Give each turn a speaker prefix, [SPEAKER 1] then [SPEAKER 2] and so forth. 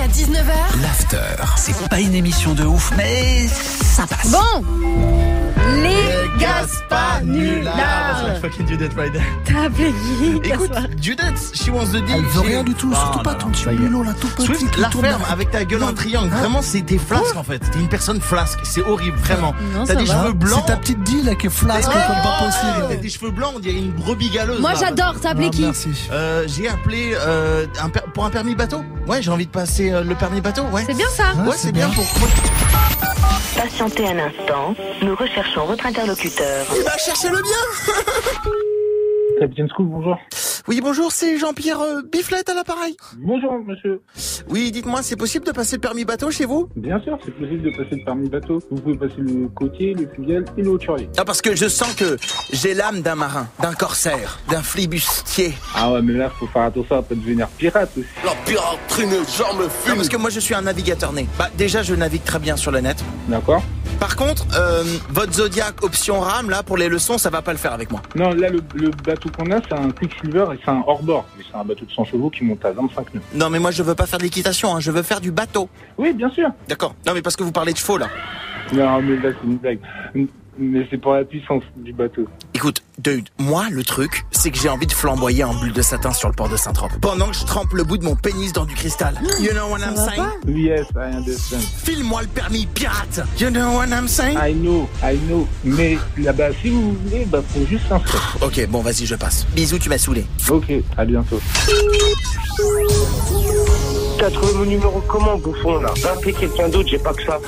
[SPEAKER 1] à 19h.
[SPEAKER 2] L'after, c'est pas une émission de ouf, mais ça passe.
[SPEAKER 1] Bon, les Gaspanulars.
[SPEAKER 3] Gaspanulars. bah, Fucking Judith Ryder.
[SPEAKER 1] T'as appelé qui
[SPEAKER 3] Écoute,
[SPEAKER 1] Gaspard
[SPEAKER 3] Judith, she wants the deal.
[SPEAKER 2] Elle veut
[SPEAKER 3] She-
[SPEAKER 2] rien du tout,
[SPEAKER 3] Non,
[SPEAKER 2] surtout
[SPEAKER 3] Ah, non,
[SPEAKER 2] pas
[SPEAKER 3] non,
[SPEAKER 2] ton
[SPEAKER 3] ça y est.
[SPEAKER 2] petit mulot là, tout petit.
[SPEAKER 3] Swift,
[SPEAKER 2] qui
[SPEAKER 3] la
[SPEAKER 2] tourne
[SPEAKER 3] ferme
[SPEAKER 2] là.
[SPEAKER 3] avec ta gueule en triangle.
[SPEAKER 2] Hein
[SPEAKER 3] Vraiment, c'est des flasques en fait. T'es une personne flasque. C'est horrible, vraiment.
[SPEAKER 1] Non, ça
[SPEAKER 3] T'as des
[SPEAKER 1] va.
[SPEAKER 3] cheveux blancs.
[SPEAKER 2] C'est ta petite deal là, qui est
[SPEAKER 3] T'as des-
[SPEAKER 2] flasque comme pas
[SPEAKER 3] Ouais, T'as
[SPEAKER 2] possible.
[SPEAKER 3] des cheveux blancs, on dirait une brebis galeuse.
[SPEAKER 1] Moi
[SPEAKER 3] là.
[SPEAKER 1] j'adore, t'as appelé
[SPEAKER 2] Non,
[SPEAKER 1] qui
[SPEAKER 2] Merci.
[SPEAKER 3] Euh, J'ai appelé euh, un per- pour un permis bateau. Ouais, j'ai envie de passer euh, le permis bateau. Ouais.
[SPEAKER 1] C'est bien ça
[SPEAKER 3] Ouais,
[SPEAKER 2] c'est
[SPEAKER 3] c'est bien
[SPEAKER 2] bien.
[SPEAKER 3] pour.
[SPEAKER 4] Patientez un instant, nous recherchons votre interlocuteur.
[SPEAKER 3] Il va chercher le bien.
[SPEAKER 5] Captain Scoop, bonjour.
[SPEAKER 3] Oui, bonjour, c'est Jean-Pierre euh, Biflette à l'appareil.
[SPEAKER 5] Bonjour, monsieur.
[SPEAKER 3] Oui, dites-moi, c'est possible de passer le permis bateau chez vous
[SPEAKER 5] Bien sûr, c'est possible de passer le permis bateau. Vous pouvez passer le côtier, le fluvial et le hauturier.
[SPEAKER 3] Ah, parce que je sens que j'ai l'âme d'un marin, d'un corsaire, d'un flibustier.
[SPEAKER 5] Ah ouais, mais là, faut faire attention à pas devenir pirate aussi.
[SPEAKER 6] La pirate traînée, jamais
[SPEAKER 3] Non,
[SPEAKER 6] fume.
[SPEAKER 3] parce que moi je suis un navigateur né. Bah déjà je navigue très bien sur le net.
[SPEAKER 5] D'accord
[SPEAKER 3] Par contre, euh, votre Zodiac option rame là pour les leçons, ça va pas le faire avec moi.
[SPEAKER 5] Non, là, le, le bateau qu'on a, c'est un Quicksilver et c'est un hors-bord. Mais c'est un bateau de 100 chevaux qui monte à 25 nœuds.
[SPEAKER 3] Non mais moi je veux pas faire de l'équitation, hein, je veux faire du bateau.
[SPEAKER 5] Oui, bien sûr.
[SPEAKER 3] D'accord. Non mais parce que vous parlez de chevaux là.
[SPEAKER 5] Non, mais là, c'est une blague. Mais c'est pour la puissance du bateau.
[SPEAKER 3] Écoute, dude, moi le truc, c'est que j'ai envie de flamboyer en bulle de satin sur le port de Saint-Tropez. Pendant que je trempe le bout de mon pénis dans du cristal. You know what I'm
[SPEAKER 1] va
[SPEAKER 3] saying?
[SPEAKER 5] Yes, I understand.
[SPEAKER 3] File-moi le permis pirate. You know what I'm saying?
[SPEAKER 5] I know, I know. Mais là-bas, si vous voulez, bah, faut juste s'inscrire.
[SPEAKER 3] Ok, bon vas-y je passe. Bisous, tu m'as saoulé.
[SPEAKER 5] Ok, à bientôt.
[SPEAKER 7] T'as trouvé mon numéro comment, bouffon, là Va appeler quelqu'un d'autre, j'ai pas que ça.